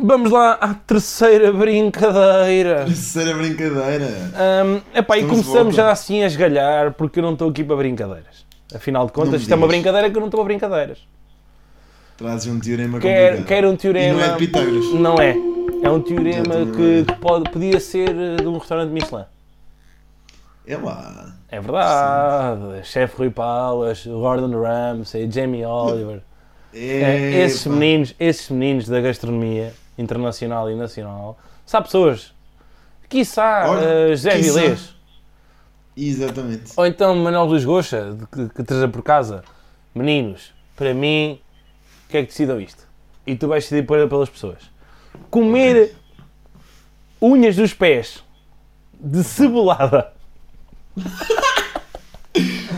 Vamos lá à terceira brincadeira. Terceira brincadeira. Hum, epá, e Estamos de começamos volta. já assim a esgalhar, porque eu não estou aqui para brincadeiras. Afinal de Não me contas, isto é uma digas. brincadeira que eu não estou a brincadeiras. Trazes um teorema Quer, complicado. quer um teorema. E não é de Pitágoras. Não é. É um teorema Exatamente. que pode, podia ser de um restaurante Michelin. É lá. É verdade. Chefe Rui Palas, Gordon Ramsay, Jamie Oliver. É, esses Epá. meninos, esses meninos da gastronomia internacional e nacional, são pessoas. Quiçá Olha, eh, José quiçá. Vilés. Exatamente. Ou então Manuel Luís Goxa, de que, que traja por casa. Meninos, para mim, o que é que decidam isto? E tu vais decidir por- pelas pessoas. Comer unhas dos pés de cebolada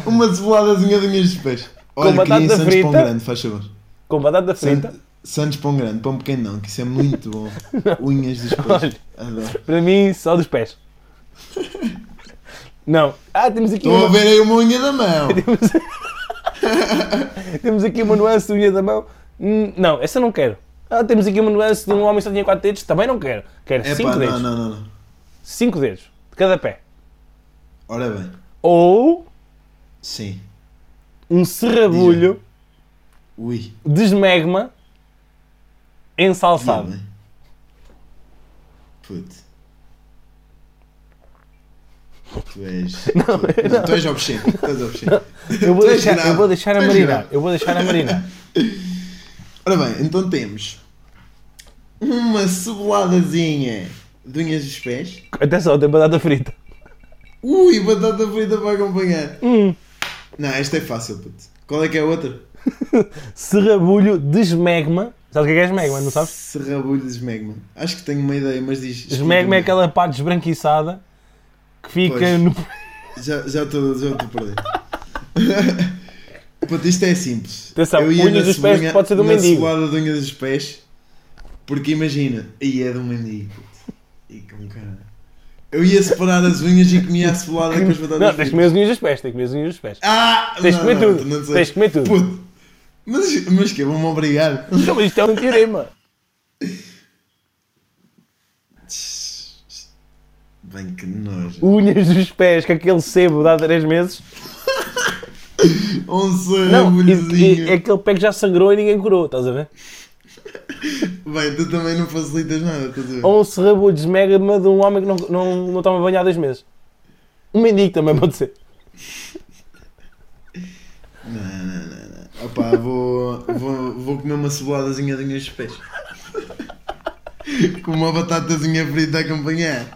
Uma ceboladazinha de minhas pés. Oh. Com Olha, batata queria Santos frita. Pão Grande, faz favor. com batata frita, Santos Pão Grande, pão pequeno não, que isso é muito bom. Unhas dos pés. Olha. Adoro. para mim, só dos pés. Não. Ah, temos aqui, Estão a uma, ver aí uma unha da mão. temos aqui uma nuance de unha da mão. Hum, Não, essa eu não quero. Ah, temos aqui uma nuance de um homem que só tinha quatro dedos. Também não quero. Quero É cinco pá, não, dedos. não, não, não. cinco dedos. De cada pé. Ora bem. Ou Sim. um serrabulho Ui. de esmegma ensalçado. Minha mãe. né? Puto. Tu és. é tu, não, tu és obsceno. Tu és obsceno. Eu vou, Tu és deixar, grave. eu vou deixar a Tu és marinar. grave. Eu vou deixar a marinar. Ora bem, então temos uma ceboladazinha de unhas dos pés. Atenção, tem batata frita. Ui, batata frita para acompanhar. Hum. Não, esta é fácil, puto. Qual é que é a outra? Serrabulho de esmegma. Sabes o que é que é esmegma, não sabes? Serrabulho de esmegma. Acho que tenho uma ideia, mas diz. Esmegma é aquela parte esbranquiçada que fica Pois. no... Já já estou já estou a perder. Puto, isto é simples. Atenção, unhas na dos pés cebolha- pode ser do na mendigo. cebolada de unhas dos pés. Porque imagina, aí é do mendigo. puto. E como caralho. Eu ia separar as unhas e comia a cebolada com as batatas Não, tens de fritas. comer as unhas dos pés. Tens de comer as unhas dos pés. Ah! Tens de não, comer não, tudo, não sei. tens de comer tudo. Puto, mas, mas que? Vão-me obrigar. Não, mas isto é um teorema. Bem que nojo. Unhas dos pés que aquele sebo dá 3 meses. Não, Um e- sarrabulhozinho. e- é aquele pé que já sangrou e ninguém curou. Estás a ver? Bem, tu também não facilitas nada, estás a ver? Ou um serrabulho de esmegma de um homem que não, não, não toma banho há dois meses. Um mendigo também pode ser. Não, não, não, não. Opá, Ah, vou, vou, vou comer uma ceboladazinha de meus pés. Com uma batatazinha frita a acompanhar.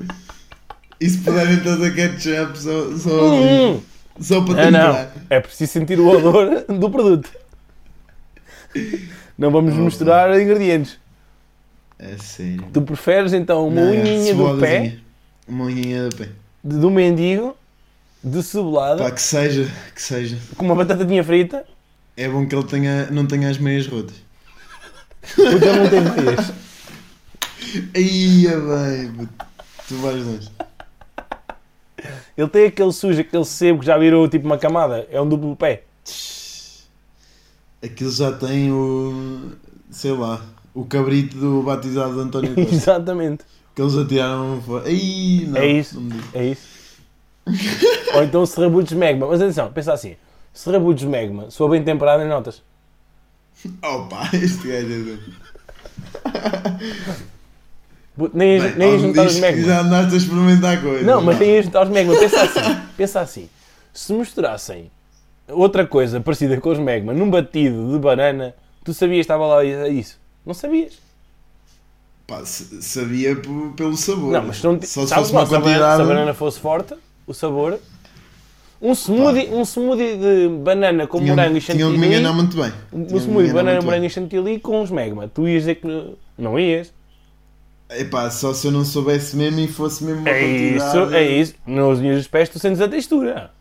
E se puderem toda ketchup, só, só, Hum. só para Ah, não. tentar. É preciso sentir o odor do produto. Não vamos misturar ingredientes. É sério. Tu preferes então uma Não, é, unhinha do pé, ceboladazinha. Uma unhinha do pé. de- do mendigo, de cebolada, Pá, que seja, que seja. com uma batatinha frita, É bom que ele tenha, não tenha as meias rotas. porque ele não tem meias. Aí, é bem, puto. tu vais longe. Ele tem aquele sujo, aquele sebo que já virou tipo uma camada. É um duplo pé. Aquilo já tem o. sei lá. O cabrito do batizado de António Costa. Exatamente. Que eles atiraram fora. Ai, não. É isso. Não me digas. É isso. Ou então serrabulho de magma. Mas atenção, pensa assim. Serrabulho de magma, sou bem temperado em notas. Opa, este gajo é doido. Bu- Nem, Bem, nem ias alguém juntar diz os que Já magma. andaste a experimentar coisas. Não, mas vá. nem ias juntar os magma. Pensa assim. Pensa assim. Se misturassem outra coisa parecida com os magma num batido de banana, tu sabias que estava lá isso? Não sabias. Pá, s- sabia p- pelo sabor. Não, mas não ti- Só se sabes fosse lá, uma se a banana- se a banana quantidade. fosse forte, o sabor. Um smoothie, um smoothie de banana com um um morango e Tinham chantilly. de me enganar muito bem. Um smoothie de banana, morango e chantilly com os magma. Tu ias dizer que não- não ias. Epá, só se eu não soubesse mesmo e fosse mesmo uma É quantidade. isso, é isso. Nos unhas dos pés tu sentes a textura.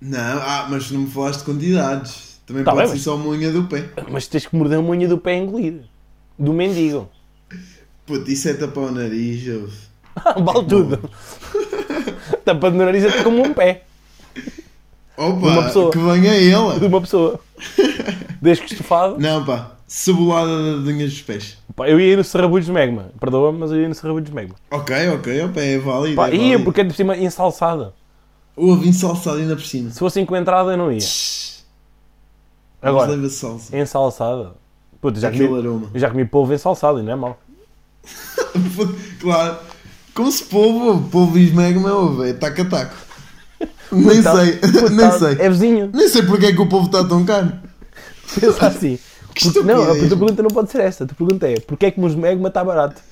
Não, ah, mas não me falaste de quantidades. Também Tá bem, pode ser mas- só uma unha do pé. Mas tens que morder uma unha do pé e engolir. Do mendigo. Puto, isso é tapar o nariz, ouve. Vale tudo. Tapa de nariz até como um pé Opa, Uma pessoa. que venha de ela. uma pessoa. Desde que estufado. Não, pá. cebolada de unhas dos pés. Pá, eu ia no Serrabulhos de Magma. Perdoa-me, mas eu ia no Serrabulhos de Magma. Ok, ok, opa, é válido. Pá, é ia válido. porque é de cima ensalçada. Houve ensalçada ainda por cima. Se fosse com entrada, eu não ia. Agora. Agora, leva salsa. ensalçada. Puta, já Aquele comi, aroma. eu já comi polvo ensalçado e não é mau. claro. Como se polvo, polvo e esmegma, ouve, é taco a taco. Nem Tá- sei, puta, nem tá- sei. É vizinho. Nem sei porque é que o povo está tão caro. Pensa assim. Que é Porque- não, a estupidez. tua pergunta não pode ser esta. A tua pergunta é: porquê é que meus magma está barato?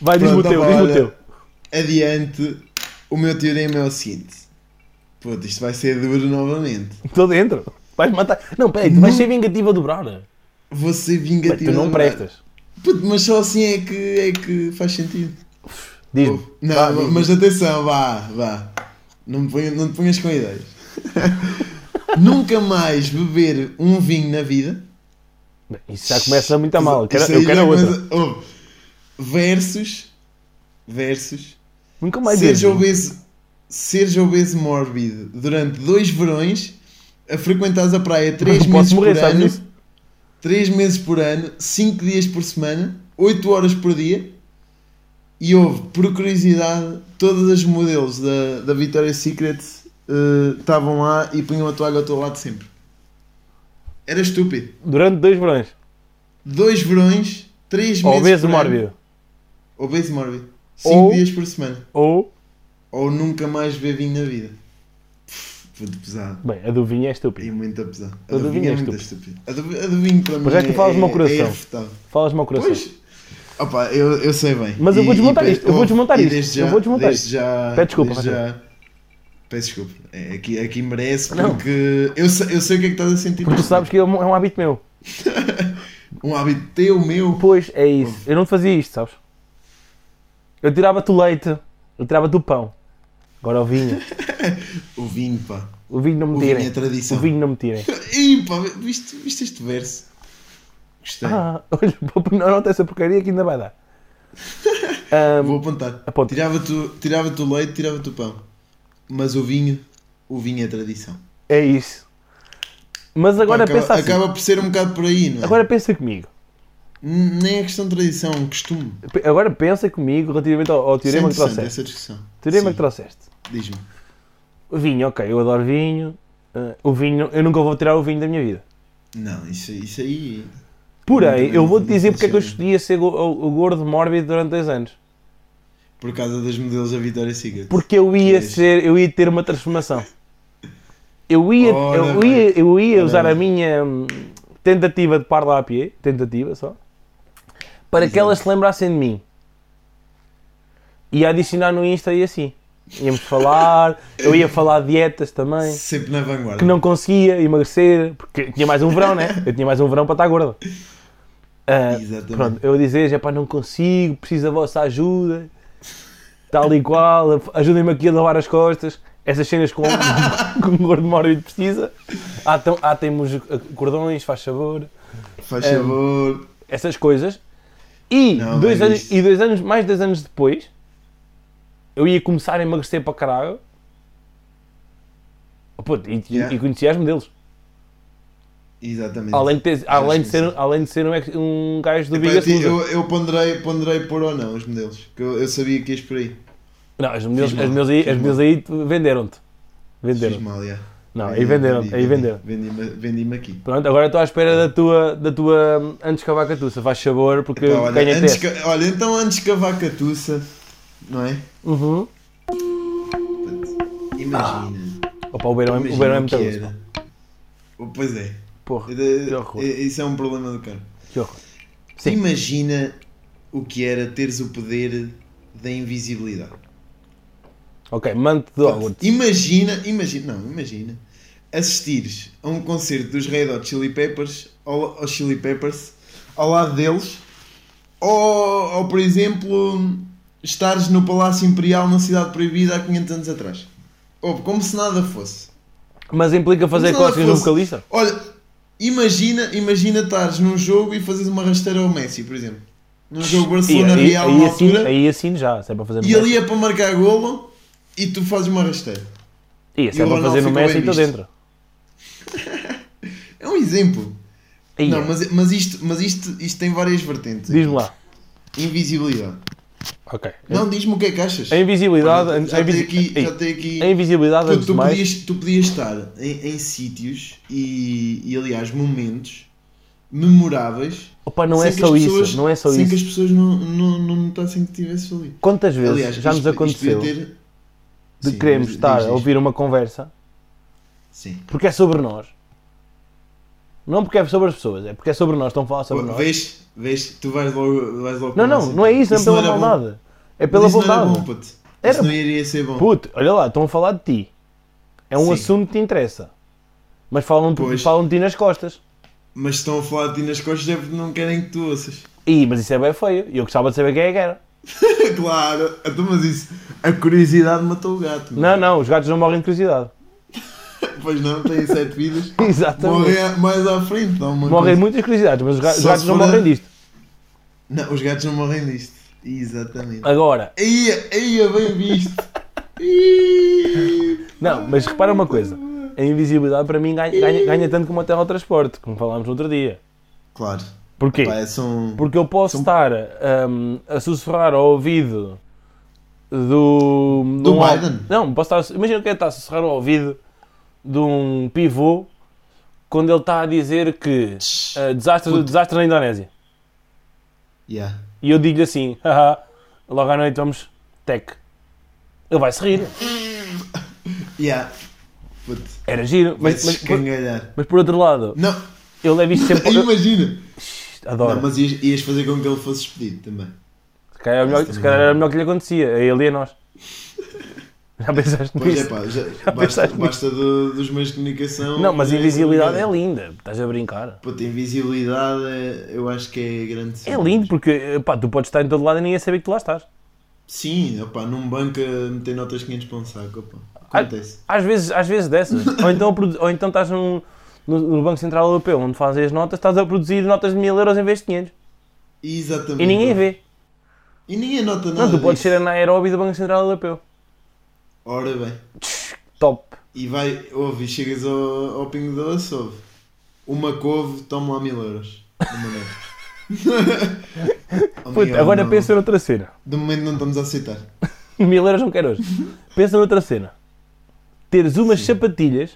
Vai, diz-me o Pronto, teu, opa, diz-me o olha, teu. Adiante, o meu teorema é o seguinte. Puta, isto vai ser duro novamente. Estou dentro. Vais matar. Não, peraí, tu vais ser vingativa do Browner. Vou ser Mas vingativo. tu não na verdade. prestas. Puta, mas só assim é que, é que faz sentido. Diz-me. Não, mas atenção, vá, vá. Não, me ponha- não te ponhas com ideias. Nunca mais beber um vinho na vida. Bem, Isso já começa muito a mal. Eu Isso quero, aí eu quero já outra. começa- oh, versus. Versus. Nunca mais seres vejo. obeso. Seres obeso mórbido durante dois verões. A frequentares a praia Mas três não meses posso morrer, por sabes ano. disso? 3 meses por ano, 5 dias por semana, 8 horas por dia. E houve, por curiosidade, todas as modelos da, da Victoria's Secret eh, estavam lá e punham a toalha ao teu lado sempre. Era estúpido. Durante dois verões. Dois verões, 3 meses Obeso por ano. mórbido. Obeso mórbido. 5 Ou- dias por semana. Ou. Ou nunca mais beber vinho na vida. Muito pesado. Bem, a do vinho é E estúpida. muito pesado. A A do do vinho é vinho é muito estúpido. A do a do vinho para mim Mas já que tu falas é, do meu coração. é irrefutável. Falas-me ao coração. Pois. Opa, eu, eu sei bem. Mas eu vou desmontar pe- isto, eu vou oh, desmontar e isto, desde eu já- vou desmontar desde Já, Pede desculpa, desde Rafael. já- Peço desculpa. É, aqui, aqui merece Não. porque eu sei, eu sei o que é que estás a sentir. Porque tu sabes que é um é um hábito meu. Um hábito teu, meu. Pois, é isso. Eu não te fazia isto, sabes? Eu tirava-te o leite. Eu tirava-te o pão. Agora o vinho. O vinho, pá. O vinho não O me vinho é tirem. tradição. O vinho não me tirem. Ih, pá, viste, viste este verso? Gostei. Ah, olha, vou- não anota essa porcaria que ainda vai dar. Ahm, Vou apontar. Aponta. Tirava-te o- tirava-te o leite, tirava-te o pão. Mas o vinho, o vinho é tradição. é isso. Mas agora Pá, acaba, pensa assim. acaba por ser um bocado por aí, não é? Agora pensa comigo. N- Nem é questão de tradição, é um costume. P- Agora pensa comigo relativamente ao, ao teorema que Isso é interessante, trouxeste. Essa discussão. Teorema Sim, que trouxeste. Diz-me. O vinho, ok, eu adoro vinho. Ah, o vinho, eu nunca vou tirar o vinho da minha vida. Não, isso, isso aí. Porém, Também eu não- vou-te não dizer porque é que eu funciona. escolhi a ser o, o- o gordo mórbido durante dois anos. Por causa dos modelos da Vitória Secret. Porque eu ia Pois. ser, eu ia ter uma transformação. Eu ia, Ora eu bem. ia, eu ia Ora usar a bem. minha hum, tentativa de parla a pie, tentativa só, para que elas se lembrassem de mim. Ia adicionar no Insta e assim. Íamos falar, eu ia falar de dietas também, Sempre na vanguarda. que não conseguia emagrecer, porque tinha mais um verão, né? Eu tinha mais um verão para estar gorda. Ah, Exatamente. Pronto, eu a dizer, já pá, não consigo, preciso da vossa ajuda, tal e qual, ajudem-me aqui a lavar as costas. Essas cenas com com um gordo mórbido precisa. Ah, então, Atam- Atem-me os ah, cordões, faz favor. Faz É. favor. Essas coisas. E, Não, é dois, bem anos, visto. e dois anos, mais dois anos depois, eu ia começar a emagrecer para caralho. Oh, puto, e, Yeah. e conhecia as modelos. Exatamente. Além de, ter- Já além de, ser, esqueci. além de ser um, ex- um gajo do Pá, eu, Bigas ti- Loser. eu, eu ponderei, ponderei pôr ou não os modelos. Que eu, eu sabia que ias por aí. Não, as modelos, Fiz mal, as modelos aí, fiz as modelos aí te- venderam-te. Fiz Venderam. mal, já. Não, Vendi- aí venderam, vendi- aí venderam. vendi- Vendi-me vendi-me aqui. Pronto, agora estou à espera da tua, da tua hum, antes cavacatuça, faz sabor, porque Pá, olha, ganha antes teste. que- olha, então antes que a vaca tussa, não é? Uhum. Portanto, imagina. Opa, o beirão é, o imagina beirão é o muito que doce. era. Oh, Pois é. Porra, Eh, que horror, eh, Isso é um problema do carro. que horror. Sim. Imagina o que era teres o poder da invisibilidade. Ok, manto de Então, iogurte. Imagina, imagina, não, imagina assistires a um concerto dos Red Hot Chili Peppers ao, aos Chili Peppers ao lado deles ou, ou por exemplo estares no Palácio Imperial na Cidade Proibida há 500 anos atrás. Ou como se nada fosse. Mas implica fazer Como se nada cócegas no fosse. vocalista? Olha, imagina, imagina estares num jogo e fazes uma rasteira ao Messi, por exemplo. Num jogo E Barcelona aí, Real aí, na assim, altura. aí assim já, se é para fazer no E Messi. ali é para marcar golo e tu fazes uma rasteira. E se e é o para Ronaldo fazer no ficou Messi, bem estou visto. dentro. É um exemplo. Aí, Não, mas, mas, isto, mas isto, isto tem várias vertentes. Diz-me lá. Invisibilidade. Ok. Não, diz-me o que é que achas. A invisibilidade. Olha, a, já tem invisi- aqui. Ei, Já tem aqui a invisibilidade, tu, antes de tu, mais. podias, tu podias estar em, em sítios e, e, aliás, momentos memoráveis. Opa, não sem é que as só pessoas- isso. Não é só Sem que as isso. pessoas não, não, não notassem que estivesse ali. Quantas vezes Aliás, já nos isto- é isto aconteceu devia ter- de Sim, queremos mas estar diz a isto. ouvir uma conversa Sim. porque é sobre nós. Não porque é sobre as pessoas, é porque é sobre nós, estão a falar sobre nós. Vês, vês, tu vais logo. Vais logo Não, não, não é isso, não é pela era bom. maldade. É pela Mas isso Não era bom, vontade. puto. Isso Era- não iria ser bom. Puto, olha lá, estão a falar de ti. É um Sim. assunto que te interessa. Mas falam, Pois. falam de ti nas costas. Mas estão a falar de ti nas costas é porque não querem que tu ouças. Ih, mas isso é bem feio. E eu gostava de saber quem é que era. claro, então, mas isso. A curiosidade matou o gato. meu. Não, não, os gatos não morrem de curiosidade. Pois não, têm sete vidas. Exatamente. Morrem a- mais à frente. Dá uma Morrem coisa. muitas curiosidades, mas os ga- os Só gatos se não for a- morrem disto. Não, os gatos não morrem disto. Exatamente. Agora, Aí, aí, é bem visto. Ih, não, mas repara uma coisa. A invisibilidade para mim ganha, ganha, ganha tanto como o teletransporte, como falámos no outro dia. Claro. Porquê? Pá, é um- são. Porque eu posso estar hum, a sussurrar ao ouvido do. de um al- Biden? Não, posso estar. a su- Imagina que eu estar a sussurrar ao ouvido de um pivô quando ele está a dizer que. ah, desastre, desastre na Indonésia. Yeah. E eu digo-lhe assim: haha, logo à noite vamos. Tec. Ele vai se rir. Yeah. Puto, Era giro. Mas, mas, mas, mas, escangalhar. mas por outro lado, Não, eu levo isto sempre. Eu, imagina. adoro. Não, mas ias, ias fazer com que ele fosse expedido também. Se calhar, era o melhor, se calhar era o melhor que lhe acontecia. A ele e a nós. Já pensaste Pois nisso? é, pá, já, basta, pensaste basta do- dos meios de comunicação. Não, mas é invisibilidade é complicado. linda. Estás a brincar. Puta, invisibilidade é- eu acho que é grande. É lindo porque pá, tu podes estar em todo lado e ninguém saber que tu lá estás. Sim, opá, num banco eh, meter notas 500 para um saco, opá. Acontece. Às vezes, às vezes dessas. ou, então, produ- ou então estás num- no, no Banco Central Europeu onde fazem as notas, estás a produzir notas de 1000 euros em vez de 500. Exatamente. E ninguém opá. vê. E ninguém nota nada. Não, tu podes disso. ser a Nairobi do Banco Central Europeu. Ora bem. Top. E vai, ouve, e chegas ao, ao Pingo Doce, ouve. Uma couve, toma lá mil euros. Numa noite. Oh, Puta, Miguel, agora não. pensa noutra cena. De momento não estamos a aceitar. 1000 euros não quero hoje. Pensa noutra cena. Teres umas sapatilhas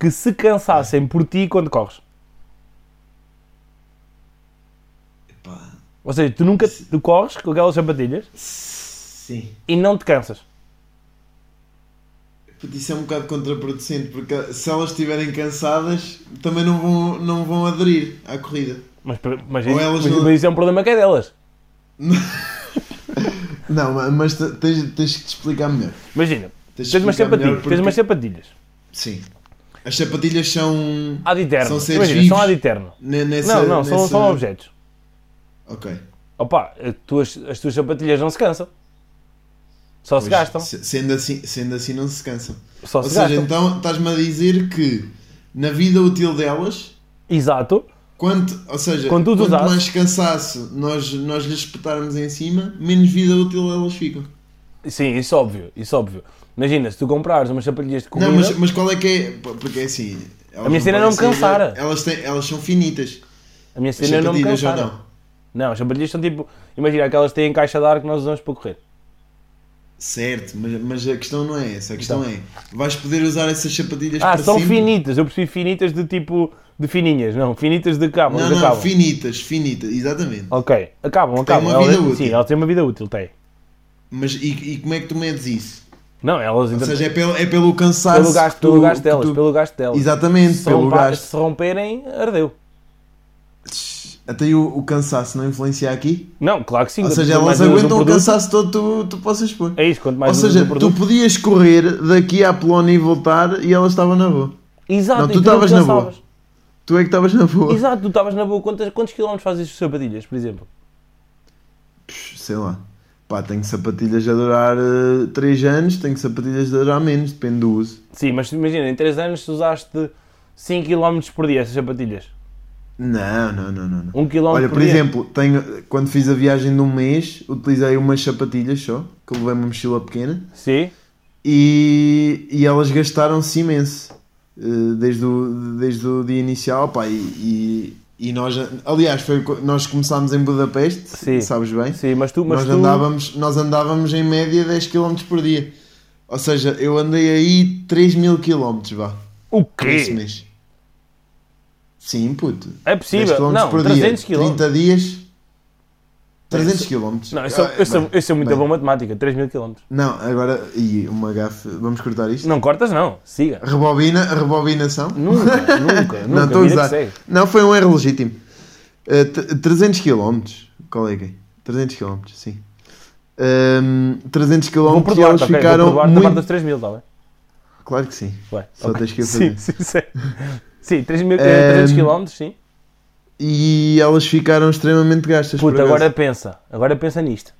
que se cansassem por ti quando corres. Epá, Ou seja, tu nunca tu corres com aquelas sapatilhas sim. e não te cansas. Puta, Isso é um bocado contraproducente, porque se elas estiverem cansadas, também não vão, não vão aderir à corrida. Mas, per- mas, Ou isso, elas mas- não- mas isso é um problema que é delas. Não, ma- mas te- tens, tens que te explicar melhor. Imagina, tens, Tens de umas explicar melhor sapatilhas, tens porque- umas sapatilhas. Sim. As sapatilhas são. Ad eterno. São seres Imagina, vivos. são ad eterno. ne- nessa- Não, não, são, nessa- são objetos. Ok. Opa, as tuas, as tuas sapatilhas não se cansam. Só se Pois, gastam. se- Sendo assim, sendo assim não se cansam. Só Ou se seja, gastam. então estás-me a dizer que na vida útil delas, Exato. quanto, ou seja, Quando tu quanto usasses- mais cansaço nós, nós lhes espetarmos em cima, menos vida útil elas ficam. Sim, isso é óbvio, isso é óbvio. Imagina, se tu comprares umas sapatilhas de corrida... Não, mas, mas qual é que é. P- Porque é assim. elas A minha cena é não me podem ser- cansar. Elas, têm, elas são finitas. A minha As cena não me sapatilhas ou cansar. Não. as sapatilhas são tipo... Imagina, aquelas que têm caixa de ar que nós usamos para correr. Certo, mas, mas a questão não é essa. A questão é: vais poder usar essas sapatilhas Então. Ah, para são sempre? finitas. Eu percebi finitas de tipo... De fininhas, não. Finitas de cabo. Não, de não, cabo. finitas, finitas, exatamente. Ok, acabam, Tem acabam. uma vida Elas- útil. Sim, elas têm uma vida útil, têm. Mas e, e como é que tu medes isso? Não, elas Ou ainda seja, é pelo, é pelo cansaço. pelo gasto, que pelo tu- gasto que delas, tu- pelo gasto delas. Exatamente, se, pelo rompa- gasto. se romperem, ardeu. Até aí o, o cansaço não influencia aqui? Não, claro que sim. Ou quanto seja, elas mais usas um aguentam o produto- cansaço todo que tu, tu possas pôr. É isso, quanto Ou mais usas seja, um tu produto... podias correr daqui à Polónia e voltar e elas estavam na boa. Exato, Não, e tu não estavas na boa. cansavas. Tu é que estavas na boa. Exato, tu estavas na boa. Quantos, quantos quilómetros fazes as sapatilhas, por exemplo? Sei lá. Pá, tenho sapatilhas a durar 3 anos, tenho sapatilhas a durar menos, depende do uso. Sim, mas imagina, em 3 anos tu usaste 5 km por dia essas sapatilhas. Não, não, não, não. não. 1 km Olha, por, por dia. exemplo, tenho, quando fiz a viagem de um mês, utilizei umas sapatilhas só, que eu levei uma mochila pequena, Sim, e, e elas gastaram-se imenso. eh, desde o, desde o dia inicial, pá, e, e, e nós, aliás, foi, co- nós começámos em Budapeste, Sim. sabes bem, Sim, mas tu. Mas nós, tu... andávamos, nós andávamos em média 10 km por dia, ou seja, eu andei aí 3 mil km, vá, O esse quê? mês. Sim, puto. É 10 possível. km Não, por 300 dia, km. 30 dias, 300 km. é- Não, eu sou, Ah, eu sou, eu sou muito bom em é matemática, 3 mil km. Não, agora, e uma gafe, vamos cortar isto? Não cortas, não. Siga. Rebobina, rebobinação. Nunca, nunca, nunca. Não, Vida estou a que usar. segue. Não, foi um erro legítimo. Eh, tre- 300 km, colega. 300 km, sim. Ehm, 300 Vou km e perdoar, eles tá, ok? Vou ficaram perdoar da parte muito... dos 3 mil, está bem? Claro que sim. Vai, Só ok. tens que Sim, fazer. sim, sim. Sim, 3 mil, Eh, 300 km, sim. E elas ficaram extremamente gastas. por Puta, acaso. agora pensa, agora pensa nisto.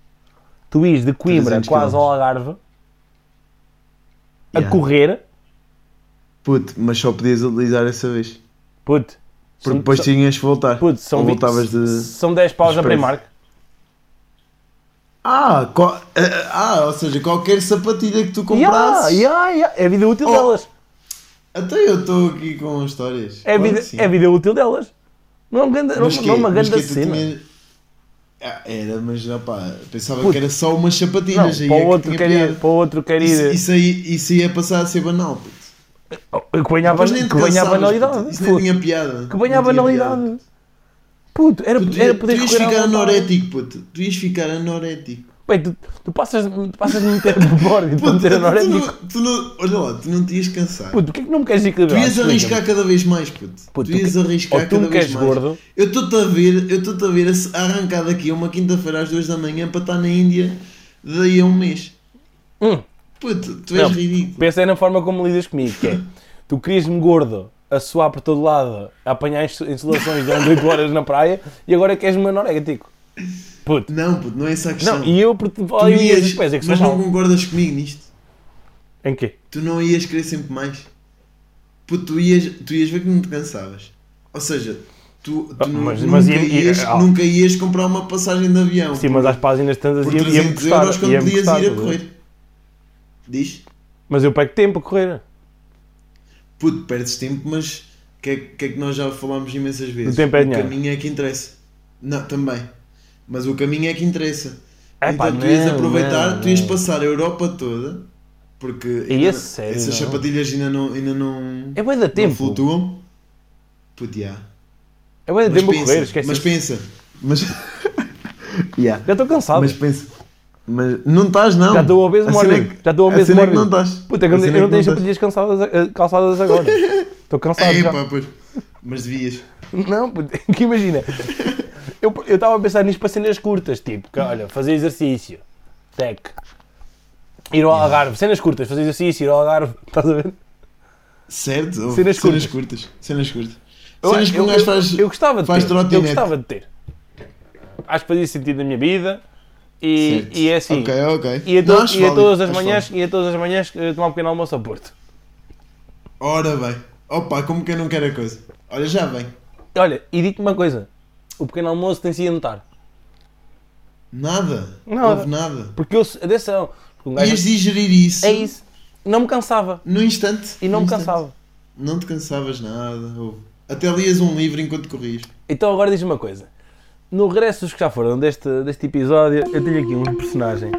Tu ires de Coimbra 300 quase ao quilómetros. Algarve a Yeah. correr, Puto, mas só podias utilizar essa vez. puto, são- Porque depois são- tinhas que voltar. puto, são, Ou 20 voltavas de... são 10 paus a expresso. Primark. Ah, co- eh, ah, ou seja, qualquer sapatilha que tu Yeah, comprasses. yeah, yeah. É a vida útil Um Oh, delas. Até eu estou aqui com histórias. É a Claro que vida, sim. é a vida útil delas. Não é uma grande, não, Mas não é uma quê? Mas grande quê? Tu cena. tinhas- Ah, era, mas opá, pensava Puto. que era só umas Não, sapatilhas aí. para é o que outro tinha querer, piada. para o outro Isso, querer. isso aí, isso ia passar a ser banal. puto. oh, Que venha a ban- Mas nem te que venha a cansavas, puto. banalidade. Isso nem puto. tinha piada. Que venha a Não tinha piada, banalidade. Puto, era, puto. Tu, era tu poder ias correr à ficar vontade. anorético, puto. Tu ias ficar anorético. Bem, tu, tu passas, tu passas de meter no bordo então e de Puto, meter tu, anorético. não, tu não- olha lá, tu não te ias cansar. Puto, porquê que não me queres tu equilibrar? ias arriscar cada vez mais, puto. Puto, tu ias tu que- arriscar ou tu cada me vez queres mais. gordo. Eu estou-te a ver, eu estou-te a ver a se- a arrancar daqui uma quinta-feira às duas da manhã para estar na Índia daí a um mês. Hum, Puto, tu és Não. ridículo. pensa aí na forma como lidas comigo, que é, tu querias-me gordo, a suar por todo lado, a apanhar insu- insolações durante 8 horas na praia e agora queres-me anorético. Puto, Não, puto, não é essa a questão. não, e eu por te tu olha e ias- os pés, é que sou mas não mau. concordas comigo nisto. Em quê? Tu não ias querer sempre mais. Puto, tu ias, tu ias ver que não te cansavas. Ou seja, tu, tu Ah, nu- mas- nunca, mas ia- ia- ias, ah. nunca ias comprar uma passagem de avião Sim, mas às páginas tantas por ia- ia-me 300 euros custar. quando Ia-me podias custar. ir a tudo. correr. Diz? Mas eu pego tempo a correr. Puto, perdes tempo, mas o que, é, que é que nós já falámos imensas vezes? O tempo é dinheiro. caminho é que interessa. Não, também. Mas o caminho é que interessa. É então pá, tu ias não, aproveitar, não, é, tu ias não. passar a Europa toda, porque E ainda- a sério, essas não? sapatilhas ainda não, ainda não, É bué da não tempo. flutuam. Puto, yeah. É bem Mas tempo a correr, pensa, esquece. mas isso. pensa. Mas... Yeah. Já estou cansado. Mas pensa. Mas não estás, não. Já estou obeso A cena mórbido. é que- Já estou a obeso cena é que mórbido. não estás. Puta, A que eu, cena é eu não que tenho estás. sapatilhas calçadas, calçadas agora. Estou cansado É, já. pá, pois. Mas devias. Não, puta, que imagina. Eu eu estava a pensar nisto para cenas curtas, tipo, que, olha, fazer exercício, tech, ir ao Algarve, cenas curtas, fazer exercício, ir ao Algarve, estás a ver? Certo? ou Cenas cenas curtas. Cenas curtas. Eu- Cenas que eu- um gajo eu- faz. Eu gostava de faz ter. Eu trotinete. gostava de ter. Acho que fazia sentido na minha vida. E, Certo. e é assim. Ok, ok. E a, to- Não, acho e a válido, todas as acho manhãs, válido. e a todas as manhãs eh, tomar um pequeno almoço ao Porto. Ora bem. Opa, como que eu não quero a coisa? Olha, já vem. Olha, e digo-te uma coisa: o pequeno almoço tem sido notar. Nada. Nada. Não houve nada. Porque eu, se- atenção, porque um gajo- Ias digerir isso. é isso, não me cansava No instante. e não me no instante. cansava. Não te cansavas nada. ou- Até lias um livro enquanto corrias. Então agora diz-me uma coisa: no regresso dos que já foram deste, deste episódio, eu tenho aqui um personagem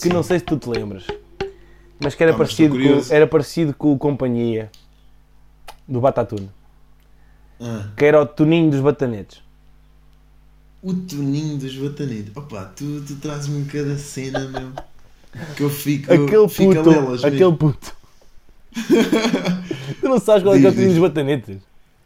que não sei se tu te lembras, mas que era, Ah, mas estou parecido, curioso. com, era parecido com o Companhia do Batatune, Ah, que era o Toninho dos Batanetes. o Toninho dos Bataneiros. Opa, tu, tu trazes-me cada cena, meu. Que eu fico. Aquele fico puto, a lê-las mesmo. aquele puto. tu não sabes qual é que é o Diz, Toninho diz. dos Batanetes?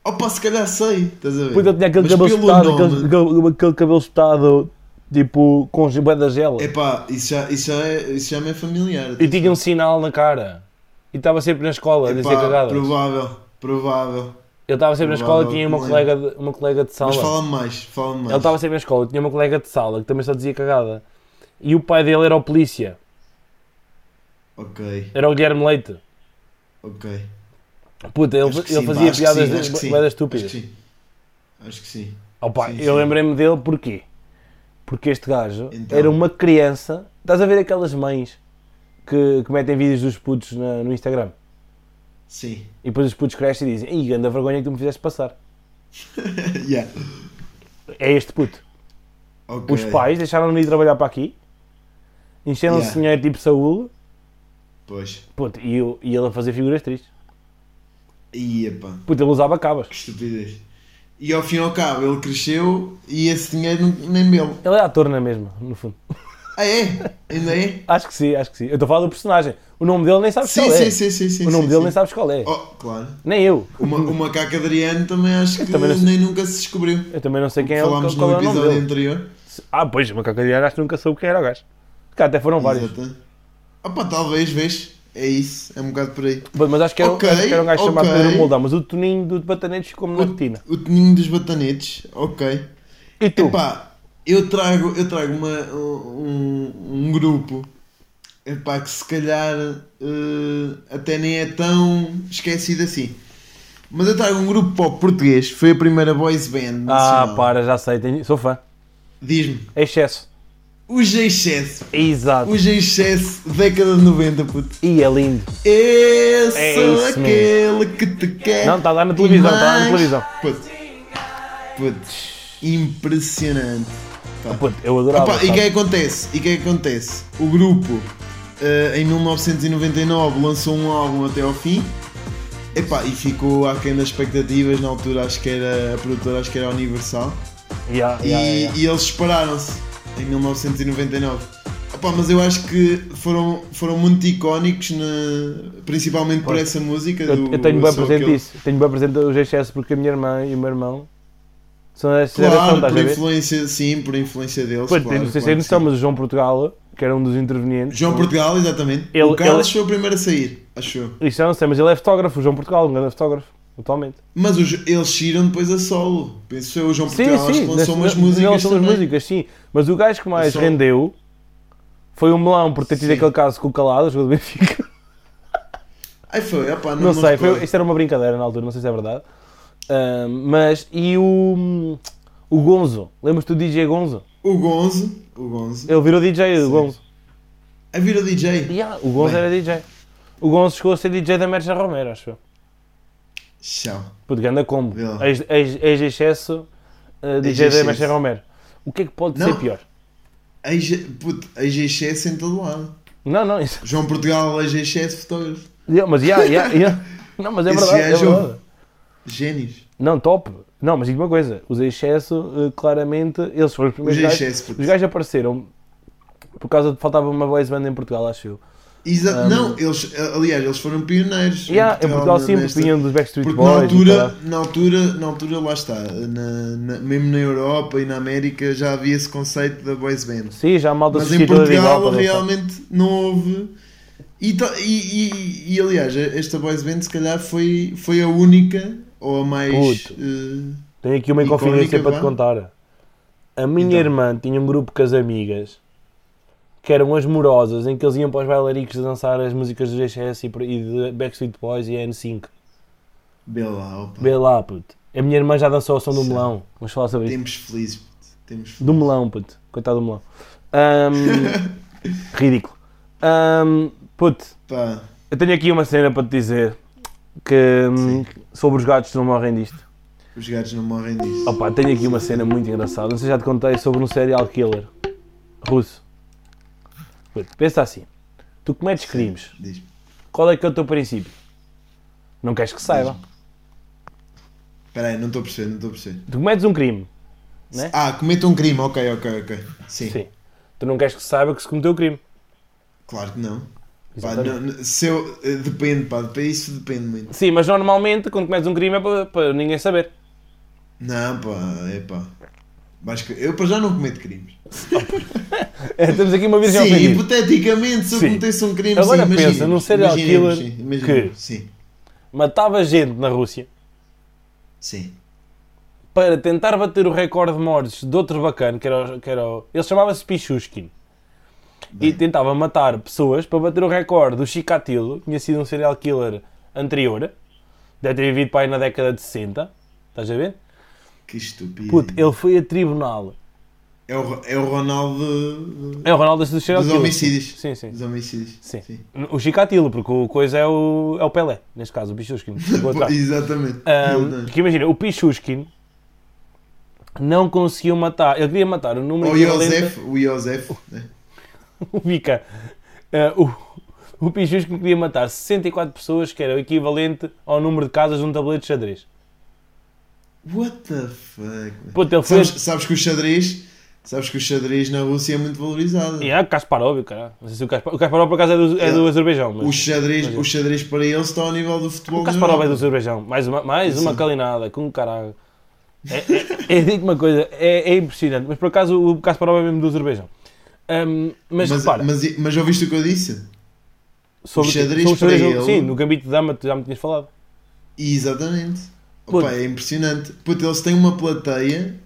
Opa, se calhar sei, estás a ver? Puta, ele tinha aquele Mas cabelo pelo espetado, nome- aquele, aquele- aquele cabelo espetado, tipo, com bué da gela. Epá, isso já, isso já, é, isso já me é familiar. E tinha um sinal na cara. E estava sempre na escola, a dizer Epá, cagadas. provável, provável. Ele estava sempre na escola e tinha uma provável, colega, de, uma colega de Mas sala. fala-me mais, fala-me mais. Ele estava sempre na escola e tinha uma colega de sala que também só dizia cagada. E o pai dele era o polícia, Ok, era o Guilherme Leite. ok. Puta, ele, Acho que ele sim, fazia pá, acho que piadas sim, de- acho que sim, bué das Acho estúpidas. que sim. Acho que sim. Opa, Sim, eu sim. lembrei-me dele porquê? Porque este gajo Então. era uma criança. Estás a ver aquelas mães que, que metem vídeos dos putos na- no Instagram? Sim. E depois os putos crescem e dizem: Ih, grande vergonha que tu me fizeste passar. yeah. É este puto. Ok. Os pais deixaram-no ir trabalhar para aqui, encheram-se de Yeah. dinheiro tipo Saúl, Pois. puto, e, eu- e ele a fazer figuras tristes. Ia pá. Puto, ele usava cabas. Que estupidez. E ao fim e ao cabo ele cresceu e esse dinheiro não- nem dele. Ele é ator na mesma, no fundo. Ah é? Ainda é? Acho que sim, acho que sim. Eu estou a falar do personagem. O nome dele nem sabes Sim, qual é. sim, sim, sim, sim. o nome sim, dele sim. nem sabes qual é. Oh, claro. Nem eu. O, ma o macaco Adriano também acho que também não sei. nem nunca se descobriu. Eu também não sei quem é o, Falámos qual no é o nome episódio dele. anterior. Ah, pois, o macaco Adriano acho que nunca soube quem era o gajo. Cá até foram vários. Exato. Ah pá, talvez, vês? É isso, é um bocado por aí. Mas mas acho que era, Ok, acho que era um gajo chamado ok. Pedro Moldão, mas o Toninho do Batanetes ficou-me na retina. O Toninho dos Batanetes, ok. E tu? Epá, eu trago, eu trago uma, um, um grupo epá, que se calhar eh, até nem é tão esquecido assim. Mas eu trago um grupo pop português, foi a primeira boys band ah, nacional. para, já sei, tenho- sou fã. Diz-me, É excesso. os excesso, Exato. os excesso, década de 90, puto. E é lindo. Eu É sou isso aquele que te quer. Não, tá lá na e televisão, tá lá na mais. televisão. Puto, puto, impressionante. Pá. Puto, eu adorava. Tá. Opa, e o sabe? que é que acontece? E o que é que acontece? O grupo eh, em 1999 lançou um álbum até ao fim Epá, e ficou aquém das expectativas na altura acho que era a produtora acho que era a Universal Yeah, e, yeah, yeah. e eles separaram-se em 1999 Epá, mas eu acho que foram, foram muito icónicos na- principalmente por Pois. essa música Eu, do, eu tenho bem Sou presente Aquele- isso. Tenho bem presente os excesso porque a minha irmã e o meu irmão é são dessa geração, Claro, estás por a ver? influência, sim, por influência deles Puto, claro, não sei se claro é que noção, sim. mas o João Portugal, que era um dos intervenientes. João Portugal, exatamente. Ele- o Carlos ele- foi o primeiro a sair, acho eu. Isso eu não sei, mas ele é fotógrafo, o João Portugal, um grande fotógrafo, totalmente. Mas os- eles saíram depois a solo. Penso eu, o João Portugal acho que lançou umas das- músicas. lançou umas também. músicas, sim. Mas o gajo que mais Lançou- rendeu foi o Melão por ter tido Sim. aquele caso com o Calado, o jogo do Benfica. Ai foi, opá, não, Não, me sei, foi, recordo. isto era uma brincadeira na altura, não sei se é verdade. Ah, mas, e o, o Gonzo? Lembras-te do DJ Gonzo? O Gonzo. O Gonzo. Ele virou DJ, o Gonzo. A vira DJ. Yeah, o Gonzo Bem. era DJ. O Gonzo chegou a ser DJ da Mercha Romero, acho eu. Tchau. Puto, ganda combo. Vê lá. Ex- ex- Ex-excesso, eh, DJ da Ex-excesso. Mercha Romero. O que é que pode Não. ser pior? AG Puto, AGXS em todo é lado. Não, não, isso. João Portugal, AGXS, fotógrafo. Yeah, mas, yeah, yeah, yeah. Não, mas é Esse verdade, é gajo- verdade. Génios. Não, top. Não, mas digo uma coisa: os excesso, eh, claramente, eles foram os primeiros. Os gajos- excesso, puto. os gajos apareceram por causa de faltava uma boys band em Portugal, acho eu. Exa- Não, eles, aliás, eles foram pioneiros. Yeah, em Portugal sim, porque então, nesta- vinham dos Backstreet Porque Boys. na e altura, caralho. na altura, na altura, lá está, na- na- mesmo na Europa e na América já havia esse conceito da boys band. Sim, já a malta Mas se em vestia toda de igual Portugal para dançar. realmente não houve. E, ta- e, e- e, aliás, esta boys band se calhar foi, foi a única ou a mais. Puto. eh, Tenho aqui uma E com a inconfidência única para te van? contar. A minha Então. irmã tinha um grupo com as amigas que eram as morosas em que eles iam para os bailaricos dançar as músicas do GCS e por- e de Backstreet Boys e N5. vê lá, opa. Vê lá, puto. A minha irmã já dançou ao som do Sim. melão. Vamos falar sobre isso. Tempos felizes, puto. Tempos felizes. Do melão, puto. Coitado do melão. Ahm, ridículo. Ahm, puto, Pá, eu tenho aqui uma cena para te dizer que hum, sobre os gatos não morrem disto. os gatos não morrem disso. Opa, tenho aqui uma cena muito engraçada. Não sei se já te contei sobre um serial killer russo. Puto, Pensa assim: tu cometes crimes, Diz-me. qual é que é o teu princípio? Não queres que saiba. Espera aí, não estou a perceber, não estou a perceber. Tu cometes um crime, Né? Ah, cometa um crime, ok, ok, ok. Sim, sim. Tu não queres que se saiba que se cometeu o crime. claro que não. Pá, Exatamente. não- não- se eu, eh, depende, pá, depende- isso depende muito. Sim, mas normalmente quando cometes um crime é para, para ninguém saber. Não, pá, é pá. Mas que- Eu para já não cometo crimes. É, Temos aqui uma virgem Sim, ofendida. hipoteticamente, se eu Sim. cometesse um crime, Agora sim, pensa imagina, num serial imaginemos, killer sim, imaginemos, que- Sim, Matava gente na Rússia sim. para tentar bater o recorde de mortes de outro bacana, que era, o- que era o- Ele chamava-se Pichushkin. E tentava matar pessoas para bater o recorde do Chikatilo, que tinha sido um serial killer anterior. Deve ter vivido para aí na década de 60. Estás a ver? Que estúpido. Puto, ele foi a tribunal É o, é o Ronaldo É o Ronaldo do cheiro dos ao quilo. homicídios. Sim, sim. Dos homicídios. Sim. O Chico Atilo, porque o coisa é o, é o Pelé, neste caso, o Pichuskin. Chegou atrás. Exatamente. Ahm, Exatamente. que imagina, o Pichuskin não conseguiu matar, ele queria matar o número Ou equivalente- Iosef, o Iosef, né? o Mika. Ah, o, o Pichuskin queria matar 64 pessoas, que era o equivalente ao número de casas de um tabuleiro de xadrez. What the fuck? Puto, ele foi. Sabes, sabes que o xadrez, sabes que o xadrez na Rússia é muito valorizado. E há assim, ah, Kasparov, cara. Não sei se o Kasparov, o Kasparov por acaso é do, é do Yeah. Azerbaijão. Mas... O xadrez, o xadrez para eles está ao nível do futebol. O Kasparov é do geral. Azerbaijão. Mais uma, mais uma Sim. calinada, com caralho. É, é, é, digo uma coisa, é, é impressionante. Mas por acaso o Kasparov é mesmo do Azerbaijão. Ahm, mas, mas, repara, mas, mas já ouviste o que eu disse? sobre o xadrez sobre para xadrez, ele- Sim, no gambito de dama tu já me tinhas falado. Exatamente. Puto. Opa, é impressionante. Puto, eles têm uma plateia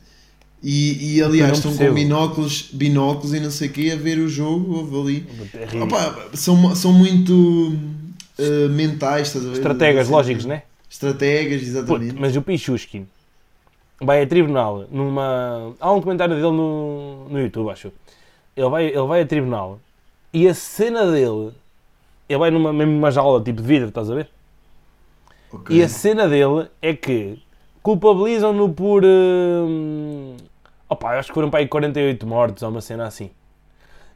e, e, aliás não estão com percebo. binóculos, binóculos e não sei o quê a ver o jogo, houve ali. É ridículo. Opa, são, são muito eh, mentais, estás a ver? Estrategas Assim, lógicos, né? Estrategas, Puto, exatamente. mas o Pichuskin vai a tribunal numa. Há um comentário dele no, no YouTube, acho. Ele vai, ele vai a tribunal e a cena dele. Ele vai numa, mesmo numa jaula tipo de vidro, estás a ver? Ok. E a cena dele é que culpabilizam-no por. hum, Opa, acho que foram para aí 48 mortes ou uma cena assim.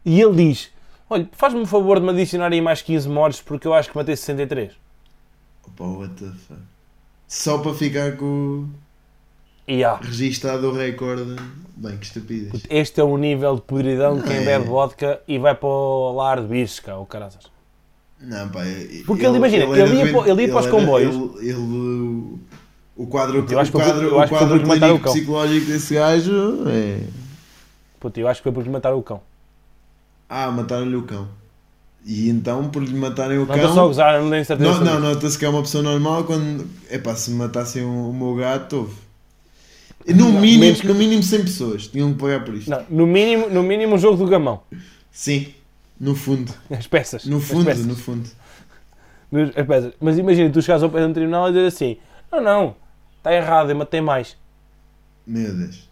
E ele diz: Olha, faz-me o favor de me adicionar aí mais 15 mortes porque eu acho que matei 63. Opa, what the fuck. Só para ficar com E há. registado o recorde. Bem, que estupidez. Este é o nível de podridão de quem É. bebe vodka e vai para o lar de bichos, cá, o caraças. Não, pá, eu- Porque ele, imagina, era ele ia doente- para- ele ia para os era- comboios. Ele, ele, o- o quadro, Eu acho o que eu vou- quadro, eu o acho que eu quadro vou-lhe matar o clínico cão. psicológico desse gajo é. Puta, eu acho que foi porque mataram o cão. Ah, mataram-lhe o cão. E então, por lhe matarem o Não estou cão. só a gozar, não tenho certeza. não, sobre não, isso. nota-se que é uma pessoa normal quando. É pá, se me matassem o, o meu gato, houve. No mínimo, menos no mínimo 100 pessoas tinham que pagar por isto. Não, no, mínimo, no mínimo um jogo do gamão. Sim, no fundo. As peças. No As fundo, peças. no fundo. Mas, é, pera, mas imagina, tu chegares ao pé de um tribunal e dizer assim: não, não, está errado, eu matei mais. Meu Deus.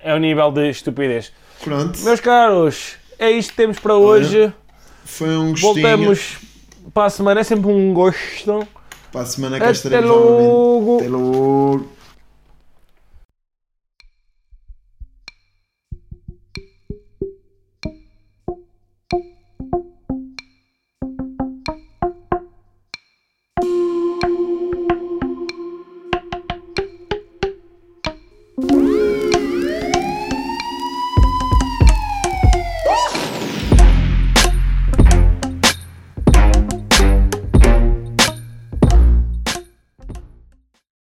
É o nível de estupidez. Pronto, Meus caros, é isto que temos para hoje. foi um gostinho. Voltamos para a semana, é sempre um gosto. Para a semana cá Até estaremos novamente. logo. Até logo.